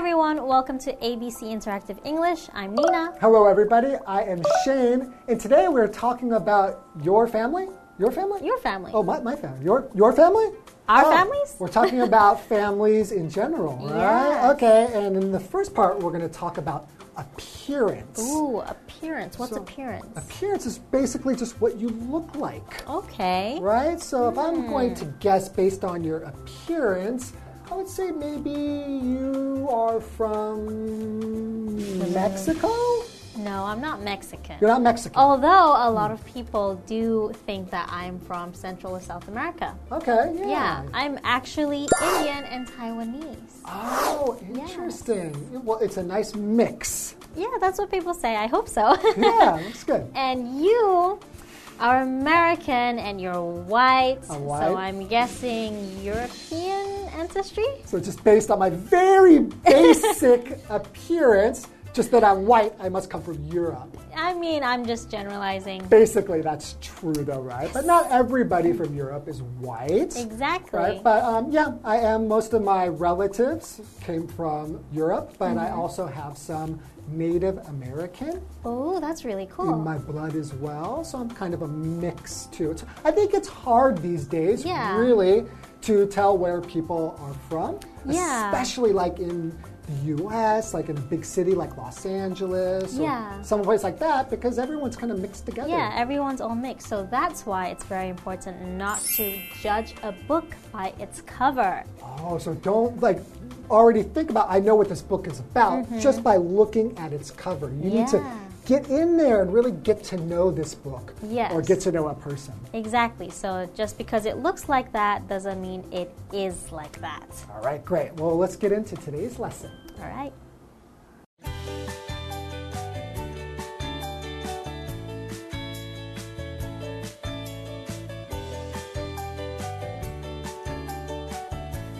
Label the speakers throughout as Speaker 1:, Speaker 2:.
Speaker 1: welcome to ABC Interactive English. I'm Nina.
Speaker 2: Hello, everybody. I am Shane, and today we're talking about your family. Your family?
Speaker 1: Your family.
Speaker 2: Oh, my, my family. Your your family?
Speaker 1: Our
Speaker 2: Oh,
Speaker 1: families?
Speaker 2: We're talking about families in general, right?
Speaker 1: Yes.
Speaker 2: Okay, and in the first part, we're going to talk about appearance.
Speaker 1: Ooh, appearance. What's
Speaker 2: So-
Speaker 1: appearance?
Speaker 2: Appearance is basically just what you look like,
Speaker 1: Okay.
Speaker 2: right? So if
Speaker 1: Hmm.
Speaker 2: I'm going to guess based on your appearance, I would say maybe you are from Mexico?
Speaker 1: No, I'm not Mexican.
Speaker 2: You're not Mexican.
Speaker 1: Although a lot of people do think that I'm from Central or South America.
Speaker 2: Okay, yeah.
Speaker 1: Yeah, I'm actually Indian and Taiwanese.
Speaker 2: Oh, interesting. Well, it's a nice mix.
Speaker 1: Yeah, that's what people say. I hope so.
Speaker 2: Yeah, looks good.
Speaker 1: and you are American and you're white. So
Speaker 2: I'm white.
Speaker 1: I'm guessing European ancestry?
Speaker 2: So just based on my very basic appearance, just that I'm white, I must come from Europe.
Speaker 1: I mean, I'm just generalizing.
Speaker 2: Basically, that's true though, right? But not everybody from Europe is white.
Speaker 1: Exactly.
Speaker 2: Right? But um, yeah, I am. Most of my relatives came from Europe, but I
Speaker 1: Mm-hmm.
Speaker 2: also have some Native American
Speaker 1: oh, that's really cool.
Speaker 2: in my blood as well. So I'm kind of a mix too. It's, I think it's hard these days,
Speaker 1: Yeah.
Speaker 2: really, to tell where people are from.
Speaker 1: Yeah.
Speaker 2: Especially like in the US, like in a big city like Los Angeles, or
Speaker 1: Yeah.
Speaker 2: some place like that, because everyone's kind of mixed together.
Speaker 1: yeah, everyone's all mixed, so that's why it's very important not to judge a book by its cover.
Speaker 2: Oh, so don't like already think about I know what this book is about just by looking at its cover. You need to
Speaker 1: Mm-hmm. Yeah.
Speaker 2: get in there and really get to know this book or
Speaker 1: Yes.
Speaker 2: get to know a person.
Speaker 1: Exactly, so just because it looks like that doesn't mean it is like that.
Speaker 2: All right, great. Well, let's get into today's lesson.
Speaker 1: All right.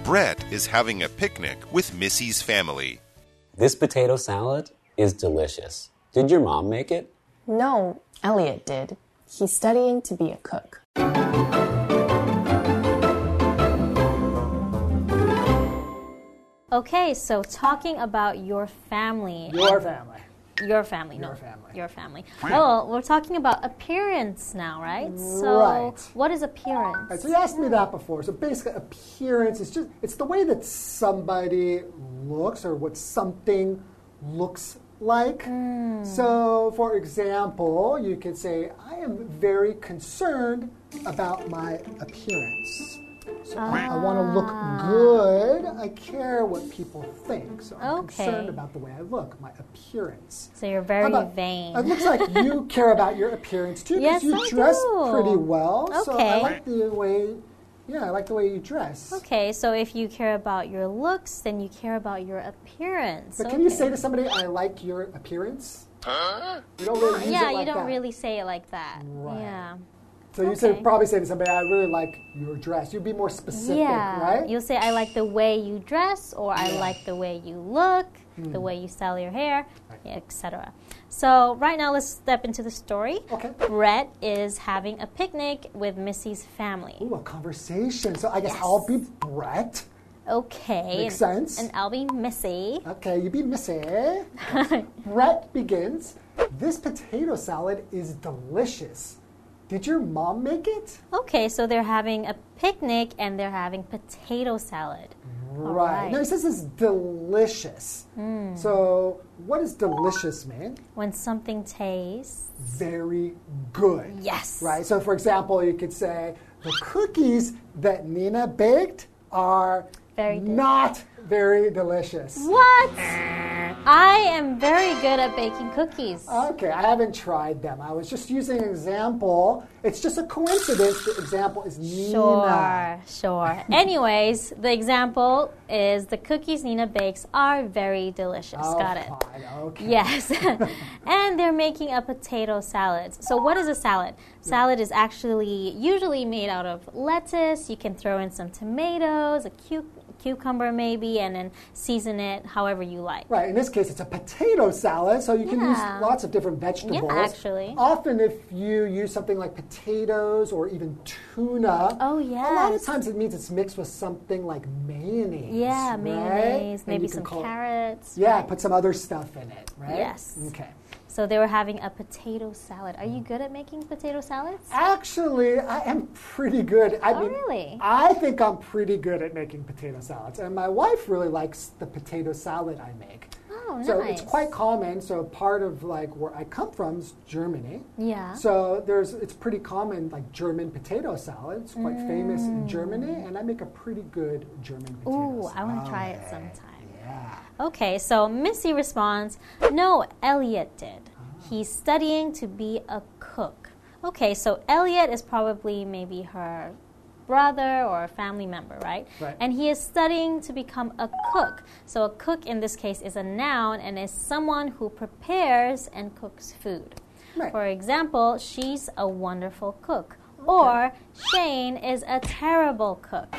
Speaker 3: Brett is having a picnic with Missy's family.
Speaker 4: This potato salad is delicious. Did your mom make it?
Speaker 5: No, Elliot did. He's studying to be a cook.
Speaker 1: Okay, so talking about your family.
Speaker 2: Your family.
Speaker 1: Your family, no.
Speaker 2: Your family.
Speaker 1: Your family. Oh, we're talking about appearance now, right? So,
Speaker 2: Right.
Speaker 1: what is appearance?
Speaker 2: So you asked me that before. So basically, appearance is just it's the way that somebody looks or what something looks like. So, for example, you could say, "I am very concerned about my appearance." So I, I want to look good. I care what people think. So I'm
Speaker 1: Okay.
Speaker 2: concerned about the way I look, my appearance.
Speaker 1: So you're
Speaker 2: How
Speaker 1: very
Speaker 2: about-
Speaker 1: vain.
Speaker 2: It looks like you care about your appearance too,
Speaker 1: Yes,
Speaker 2: because you
Speaker 1: I
Speaker 2: dress
Speaker 1: do.
Speaker 2: pretty well. So I
Speaker 1: Okay.
Speaker 2: like the way, yeah, I like the way you dress.
Speaker 1: Okay, so if you care about your looks, then you care about your appearance.
Speaker 2: But can you
Speaker 1: Okay.
Speaker 2: say to somebody, "I like your appearance"? You don't really use
Speaker 1: Yeah,
Speaker 2: it like
Speaker 1: you don't
Speaker 2: that.
Speaker 1: really say it like that.
Speaker 2: Right.
Speaker 1: Yeah.
Speaker 2: So you should
Speaker 1: okay.
Speaker 2: probably say to somebody, "I really like your dress." You'd be more specific,
Speaker 1: yeah.
Speaker 2: right?
Speaker 1: You'll say I like the way you dress or I like the way you look,
Speaker 2: Hmm.
Speaker 1: the way you style your hair, etc. So, right now let's step into the story.
Speaker 2: Okay.
Speaker 1: Brett is having a picnic with Missy's family.
Speaker 2: Ooh, a conversation. So I guess I'll be Brett.
Speaker 1: Okay.
Speaker 2: Makes
Speaker 1: and-
Speaker 2: sense. Uh-huh.
Speaker 1: And I'll be Missy.
Speaker 2: Okay, you be Missy. Brett begins. This potato salad is delicious. Did your mom make it?
Speaker 1: Okay, so they're having a picnic and they're having potato salad.
Speaker 2: Hmm. Right. Now he
Speaker 1: Alright.
Speaker 2: says it's delicious.
Speaker 1: Hmm.
Speaker 2: So what does delicious mean?
Speaker 1: When something tastes
Speaker 2: Very good.
Speaker 1: Yes.
Speaker 2: Right. So for example, you could say the cookies that Nina baked are
Speaker 1: Very good.
Speaker 2: not very delicious.
Speaker 1: What? I am very good at baking cookies.
Speaker 2: Okay, I haven't tried them. I was just using an example. It's just a coincidence. The example is Nina.
Speaker 1: Sure, sure. Anyways, the example is the cookies Nina bakes are very delicious.
Speaker 2: Oh,
Speaker 1: Got it.
Speaker 2: fine. Okay.
Speaker 1: Yes. and they're making a potato salad. So, what is a salad? Salad is actually usually made out of lettuce. You can throw in some tomatoes, a cu- cucumber maybe, and then season it however you like.
Speaker 2: Right, in this case, it's a potato salad, so you can
Speaker 1: Yeah.
Speaker 2: use lots of different vegetables.
Speaker 1: actually.
Speaker 2: Often, if you use something like potatoes or even tuna,
Speaker 1: Oh,
Speaker 2: a lot of
Speaker 1: yes.
Speaker 2: times it means it's mixed with something like mayonnaise.
Speaker 1: Yeah,
Speaker 2: right?
Speaker 1: mayonnaise,
Speaker 2: And
Speaker 1: maybe
Speaker 2: you can
Speaker 1: some
Speaker 2: call it-
Speaker 1: carrots.
Speaker 2: yeah,
Speaker 1: right?
Speaker 2: put some other stuff in it, right?
Speaker 1: Yes.
Speaker 2: Okay.
Speaker 1: So they were having a potato salad. Are you good at making potato salads?
Speaker 2: Actually, I am pretty good. I
Speaker 1: Oh,
Speaker 2: mean,
Speaker 1: really?
Speaker 2: I think I'm pretty good at making potato salads, and my wife really likes the potato salad I make.
Speaker 1: Oh,
Speaker 2: So
Speaker 1: nice.
Speaker 2: it's quite common. So part of like where I come from is Germany.
Speaker 1: Yeah.
Speaker 2: So there's it's pretty common like German potato salad. It's quite famous in Germany, and I make a pretty good German potato
Speaker 1: Mm. Ooh,
Speaker 2: salad.
Speaker 1: I want to try it sometime. Okay, so Missy responds, No, Elliot did.
Speaker 2: Oh.
Speaker 1: He's studying to be a cook. Okay, so Elliot is probably maybe her brother or a family member, right?
Speaker 2: Right.
Speaker 1: And he is studying to become a cook. So a cook in this case is a noun and is someone who prepares and cooks food.
Speaker 2: Right.
Speaker 1: For example, she's a wonderful cook. Or Shane is a terrible cook.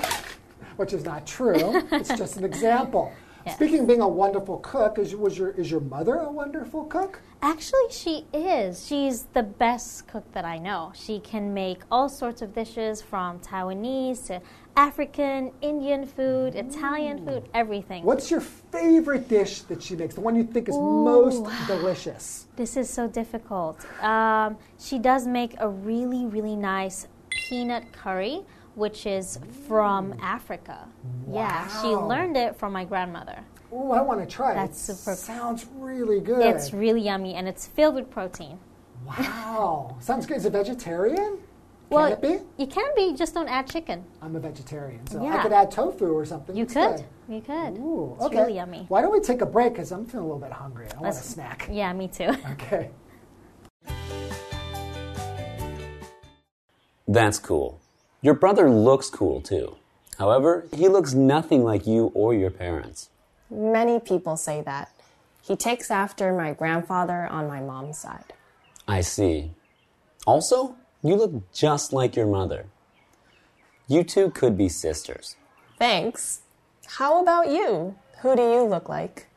Speaker 2: which is not true. it's just an example. Speaking of being a wonderful cook, is was your is your mother a wonderful cook?
Speaker 1: Actually, she is. She's the best cook that I know. She can make all sorts of dishes from Taiwanese to African, Indian food,
Speaker 2: Mm.
Speaker 1: Italian food, everything.
Speaker 2: What's your favorite dish that she makes? The one you think is most delicious?
Speaker 1: This is so difficult. Um, she does make a really, really nice peanut curry, which is from Africa. Yeah, she
Speaker 2: Mm. Wow.
Speaker 1: learned it from my grandmother.
Speaker 2: Oh, I want to try
Speaker 1: That's
Speaker 2: it.
Speaker 1: super-
Speaker 2: Sounds really good.
Speaker 1: It's really yummy and it's filled with protein.
Speaker 2: wow. Sounds good. Is it vegetarian?
Speaker 1: well,
Speaker 2: Can it be?
Speaker 1: you can be, just don't add chicken.
Speaker 2: I'm a vegetarian, so I
Speaker 1: Yeah.
Speaker 2: could add tofu or something.
Speaker 1: You
Speaker 2: instead.
Speaker 1: could. You could.
Speaker 2: Ooh,
Speaker 1: it's
Speaker 2: okay.
Speaker 1: really yummy.
Speaker 2: Why don't we take a break? Because I'm feeling a little bit hungry. I want a
Speaker 1: Let's-
Speaker 2: snack.
Speaker 1: Yeah, me too.
Speaker 2: Okay.
Speaker 4: That's cool. Your brother looks cool too. However, he looks nothing like you or your parents.
Speaker 5: Many people say that. He takes after my grandfather on my mom's side.
Speaker 4: I see. Also, you look just like your mother. You two could be sisters.
Speaker 5: Thanks. How about you? Who do you look like?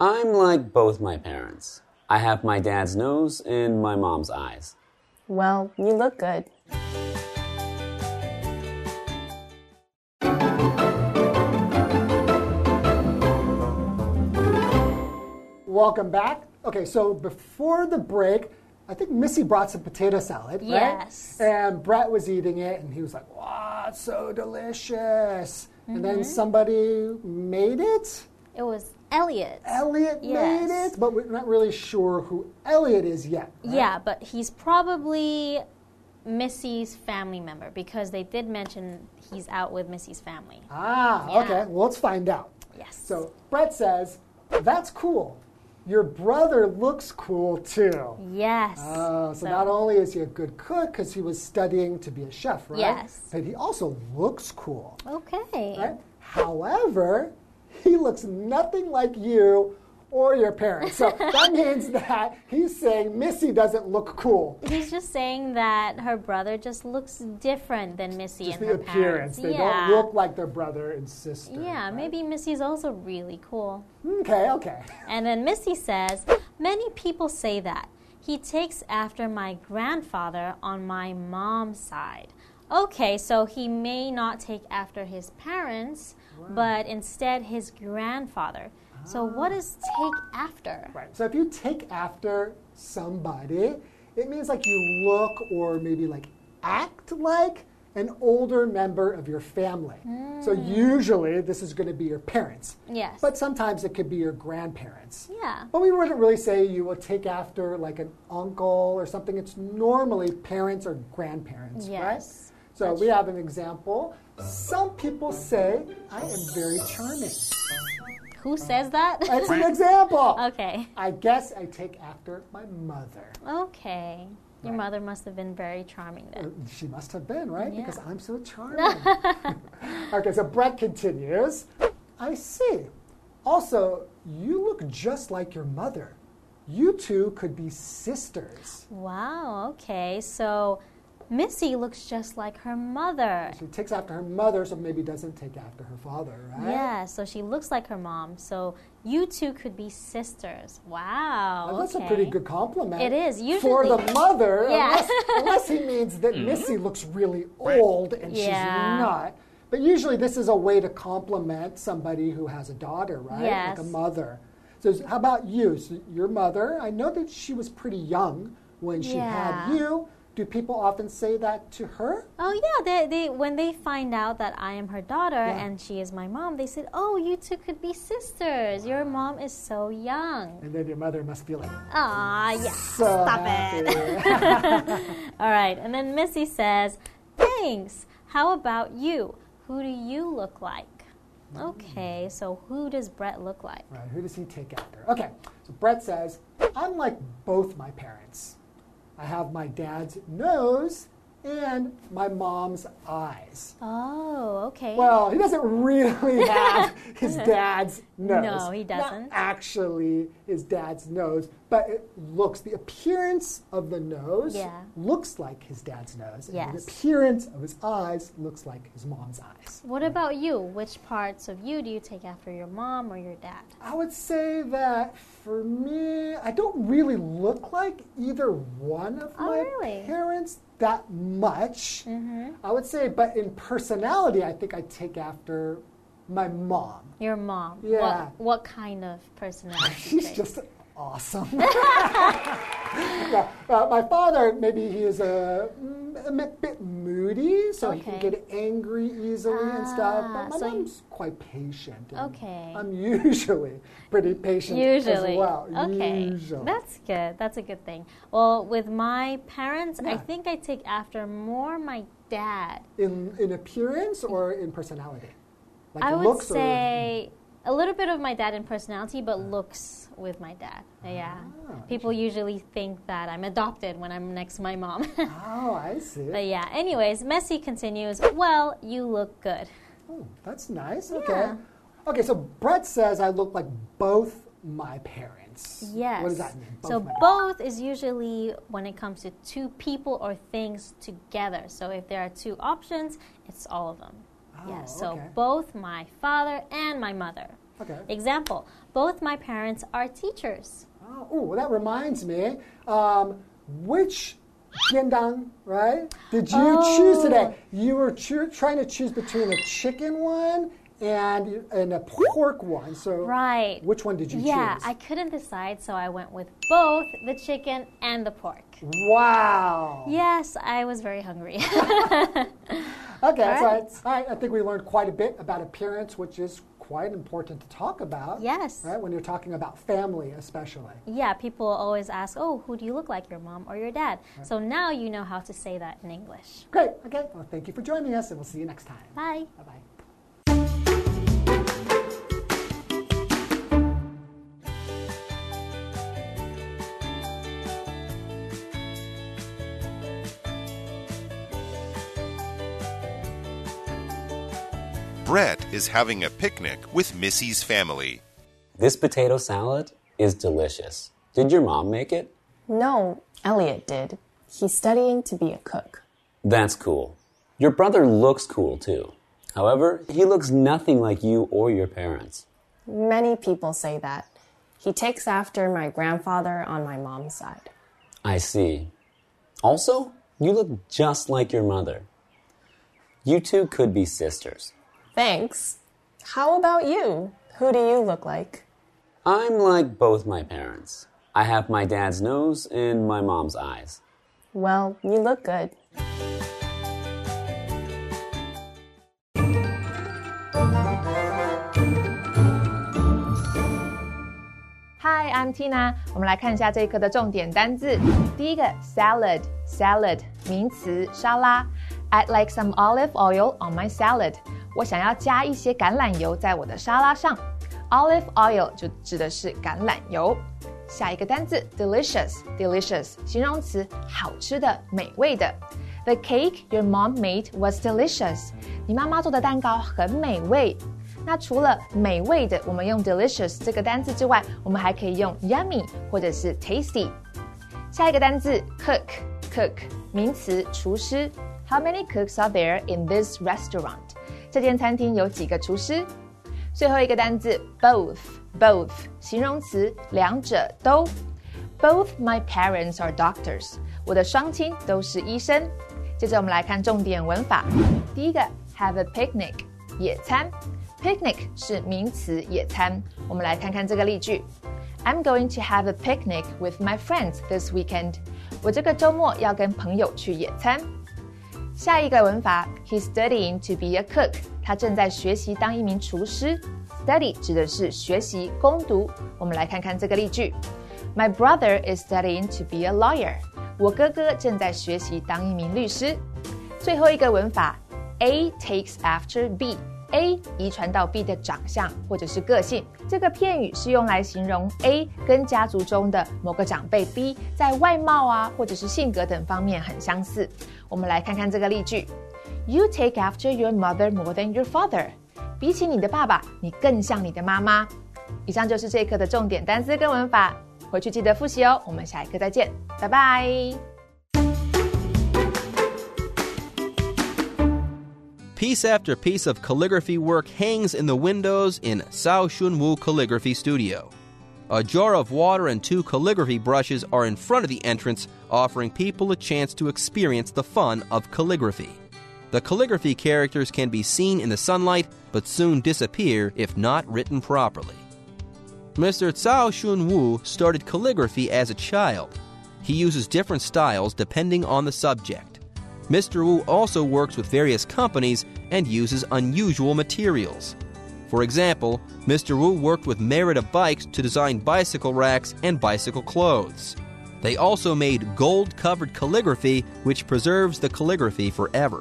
Speaker 4: I'm like both my parents. I have my dad's nose and my mom's eyes.
Speaker 5: Well, you look good.
Speaker 2: Welcome back. Okay, so before the break, I think Missy brought some potato salad.
Speaker 1: Yes.
Speaker 2: Right? And Brett was eating it, and he was like, "Wow, it's so delicious!" And
Speaker 1: Mm-hmm.
Speaker 2: then somebody made it.
Speaker 1: It was Elliot.
Speaker 2: Elliot made
Speaker 1: Yes.
Speaker 2: it, but we're not really sure who Elliot is yet. right?
Speaker 1: Yeah, but he's probably Missy's family member because they did mention he's out with Missy's family.
Speaker 2: Ah,
Speaker 1: Yeah.
Speaker 2: okay. Well, let's find out.
Speaker 1: Yes.
Speaker 2: So Brett says, "That's cool. Your brother looks cool too."
Speaker 1: Yes.
Speaker 2: Uh, so, not only is he a good cook because he was studying to be a chef, right?
Speaker 1: Yes.
Speaker 2: But he also looks cool,
Speaker 1: Okay.
Speaker 2: right? However, he looks nothing like you or your parents. So that means that he's saying Missy doesn't look cool.
Speaker 1: He's just saying that her brother just looks different than Missy
Speaker 2: Just
Speaker 1: and her
Speaker 2: the
Speaker 1: parents.
Speaker 2: appearance. They
Speaker 1: yeah.
Speaker 2: don't look like their brother and sister.
Speaker 1: yeah,
Speaker 2: right?
Speaker 1: maybe Missy's also really cool.
Speaker 2: Okay, okay.
Speaker 1: And then Missy says, Many people say that. He takes after my grandfather on my mom's side. Okay, so he may not take after his parents, but instead his grandfather. So, what is take after?
Speaker 2: Right. So if you take after somebody, it means like you look or maybe like act like an older member of your family. So
Speaker 1: Mm.
Speaker 2: usually this is going to be your parents.
Speaker 1: Yes.
Speaker 2: But sometimes it could be your grandparents.
Speaker 1: Yeah.
Speaker 2: But we wouldn't really say you will take after like an uncle or something. It's normally parents or grandparents,
Speaker 1: Yes,
Speaker 2: right? So we have an example. Some people say, I am very charming.
Speaker 1: Who says that?
Speaker 2: That's an example.
Speaker 1: okay.
Speaker 2: I guess I take after my mother.
Speaker 1: Okay. Your mother must have been very charming then.
Speaker 2: She must have been, right?
Speaker 1: Yeah.
Speaker 2: Because I'm so charming. okay, so Brett continues. I see. Also, you look just like your mother. You two could be sisters.
Speaker 1: Wow, okay. So Missy looks just like her mother.
Speaker 2: She takes after her mother, so maybe doesn't take after her father, right?
Speaker 1: Yeah, so she looks like her mom. So you two could be sisters. Wow.
Speaker 2: Well, That's
Speaker 1: okay.
Speaker 2: a pretty good compliment.
Speaker 1: It is,
Speaker 2: for
Speaker 1: usually-
Speaker 2: the mother,
Speaker 1: Yeah.
Speaker 2: unless, unless he means that Missy looks really old and
Speaker 1: Yeah.
Speaker 2: she's not. But usually, this is a way to compliment somebody who has a daughter, right?
Speaker 1: Yes.
Speaker 2: Like a mother. So, s- how about you? So your mother? I know that she was pretty young when she
Speaker 1: Yeah.
Speaker 2: had you. Do people often say that to her?
Speaker 1: Oh yeah, they, they when they find out that I am her daughter and she is my mom, they said, "Oh, you two could be sisters. Your mom is so young."
Speaker 2: And then your mother must be like,
Speaker 1: Ah, yeah.
Speaker 2: so
Speaker 1: Stop
Speaker 2: happy.
Speaker 1: it. All right, and then Missy says, "Thanks. How about you? Who do you look like?" Okay, so who does Brett look like?
Speaker 2: Right, who does he take after? Okay, so Brett says, I'm like both my parents. I have my dad's nose and my mom's eyes.
Speaker 1: Oh, okay.
Speaker 2: Well, he doesn't really have his dad's nose.
Speaker 1: No, he
Speaker 2: Not
Speaker 1: doesn't.
Speaker 2: actually, his dad's nose, but it looks, the appearance of the nose
Speaker 1: Yeah.
Speaker 2: looks like his dad's nose. And the
Speaker 1: Yes.
Speaker 2: appearance of his eyes looks like his mom's eyes.
Speaker 1: what about you? Which parts of you do you take after your mom or your dad?
Speaker 2: I would say that for me, I don't really look like either one of
Speaker 1: Oh,
Speaker 2: my
Speaker 1: really? Mm-hmm.
Speaker 2: parents that much. I would say, but in personality, I think I take after my mom.
Speaker 1: Your mom.
Speaker 2: Yeah.
Speaker 1: What, what kind of personality?
Speaker 2: She's
Speaker 1: trait?
Speaker 2: just awesome. yeah, uh, my father, maybe he is a, mm, a bit- bit moody, so he can
Speaker 1: Okay.
Speaker 2: get angry easily and stuff.
Speaker 1: Ah,
Speaker 2: But my
Speaker 1: so you-
Speaker 2: mom's quite patient. and
Speaker 1: Okay.
Speaker 2: I'm usually pretty patient
Speaker 1: Usually.
Speaker 2: as well.
Speaker 1: Okay.
Speaker 2: Usually.
Speaker 1: That's good. That's a good thing. Well, with my parents, I
Speaker 2: Yeah.
Speaker 1: think I take after more my dad.
Speaker 2: in, in appearance or in personality? Like
Speaker 1: I
Speaker 2: in
Speaker 1: would
Speaker 2: looks or-
Speaker 1: say a little bit of my dad in personality, but looks with my dad. Yeah.
Speaker 2: Ah,
Speaker 1: People usually think that I'm adopted when I'm next to my mom.
Speaker 2: oh, I see.
Speaker 1: but yeah, anyways, Messi continues, Well, you look good.
Speaker 2: Oh, that's nice. Okay.
Speaker 1: Yeah.
Speaker 2: Okay, so Brett says I look like both my parents.
Speaker 1: Yes.
Speaker 2: What does that mean?
Speaker 1: so
Speaker 2: my parents.
Speaker 1: both is usually when it comes to two people or things together. So if there are two options, it's all of them.
Speaker 2: Oh,
Speaker 1: yes. So
Speaker 2: okay.
Speaker 1: both my father and my mother.
Speaker 2: Okay.
Speaker 1: Example: Both my parents are teachers.
Speaker 2: Oh, ooh, well, that reminds me. Um, which gendang, right? Did you choose
Speaker 1: Oh.
Speaker 2: today? You were choo- trying to choose between a chicken one and and a pork one. So
Speaker 1: Right.
Speaker 2: Which one did you
Speaker 1: yeah,
Speaker 2: choose?
Speaker 1: I couldn't decide, so I went with both the chicken and the pork.
Speaker 2: Wow.
Speaker 1: Yes, I was very hungry.
Speaker 2: Okay,
Speaker 1: All
Speaker 2: so
Speaker 1: right.
Speaker 2: I- all right. I think we learned quite a bit about appearance, which is quite important to talk about.
Speaker 1: Yes.
Speaker 2: Right, when you're talking about family, especially.
Speaker 1: yeah, people always ask, "Oh, who do you look like, your mom or your dad?" So now you know how to say that in English.
Speaker 2: Great. Okay. Well, thank you for joining us, and we'll see you next time.
Speaker 1: Bye.
Speaker 2: Bye bye.
Speaker 3: Brett is having a picnic with Missy's family.
Speaker 4: This potato salad is delicious. Did your mom make it?
Speaker 5: No, Elliot did. He's studying to be a cook.
Speaker 4: That's cool. Your brother looks cool too. However, he looks nothing like you or your parents.
Speaker 5: Many people say that. He takes after my grandfather on my mom's side.
Speaker 4: I see. Also, you look just like your mother. You two could be sisters.
Speaker 5: Thanks. How about you? Who do you look like?
Speaker 4: I'm like both my parents. I have my dad's nose and my mom's eyes.
Speaker 5: Well, you look good.
Speaker 6: 嗨，I'm Tina。我们来看一下这一课的重点单字。第一个 salad，salad 名词，沙拉。I'd like some olive oil on my salad。我想要加一些橄榄油在我的沙拉上。Olive oil 就指的是橄榄油。下一个单字 delicious，delicious 形容词，好吃的，美味的。The cake your mom made was delicious。你妈妈做的蛋糕很美味。那除了美味的，我们用 delicious 这个单字之外，我们还可以用 yummy 或者是 tasty。下一个单字 cook，cook 名词，厨师。How many cooks are there in this restaurant？这间餐厅有几个厨师？最后一个单字，both，both，形容词，两者都。Both my parents are doctors。我的双亲都是医生。接着我们来看重点文法。第一个，have a picnic，野餐。Picnic 是名词，野餐。我们来看看这个例句：I'm going to have a picnic with my friends this weekend。我这个周末要跟朋友去野餐。下一个文法，He's studying to be a cook。他正在学习当一名厨师。Study 指的是学习、攻读。我们来看看这个例句：My brother is studying to be a lawyer。我哥哥正在学习当一名律师。最后一个文法，A takes after B。A 遗传到 B 的长相或者是个性，这个片语是用来形容 A 跟家族中的某个长辈 B 在外貌啊或者是性格等方面很相似。我们来看看这个例句：You take after your mother more than your father。比起你的爸爸，你更像你的妈妈。以上就是这一课的重点单词跟文法，回去记得复习哦。我们下一课再见，拜拜。
Speaker 7: Piece after piece of calligraphy work hangs in the windows in Sao Shunwu Calligraphy Studio. A jar of water and two calligraphy brushes are in front of the entrance, offering people a chance to experience the fun of calligraphy. The calligraphy characters can be seen in the sunlight, but soon disappear if not written properly. Mr. Cao Shun Wu started calligraphy as a child. He uses different styles depending on the subject. Mr. Wu also works with various companies and uses unusual materials. For example, Mr. Wu worked with Merida Bikes to design bicycle racks and bicycle clothes. They also made gold covered calligraphy, which preserves the calligraphy forever.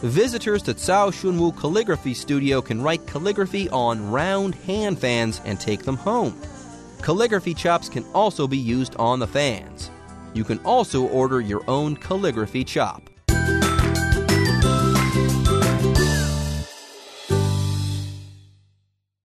Speaker 7: Visitors to Cao Shunwu Calligraphy Studio can write calligraphy on round hand fans and take them home. Calligraphy chops can also be used on the fans. You can also order your own calligraphy chop.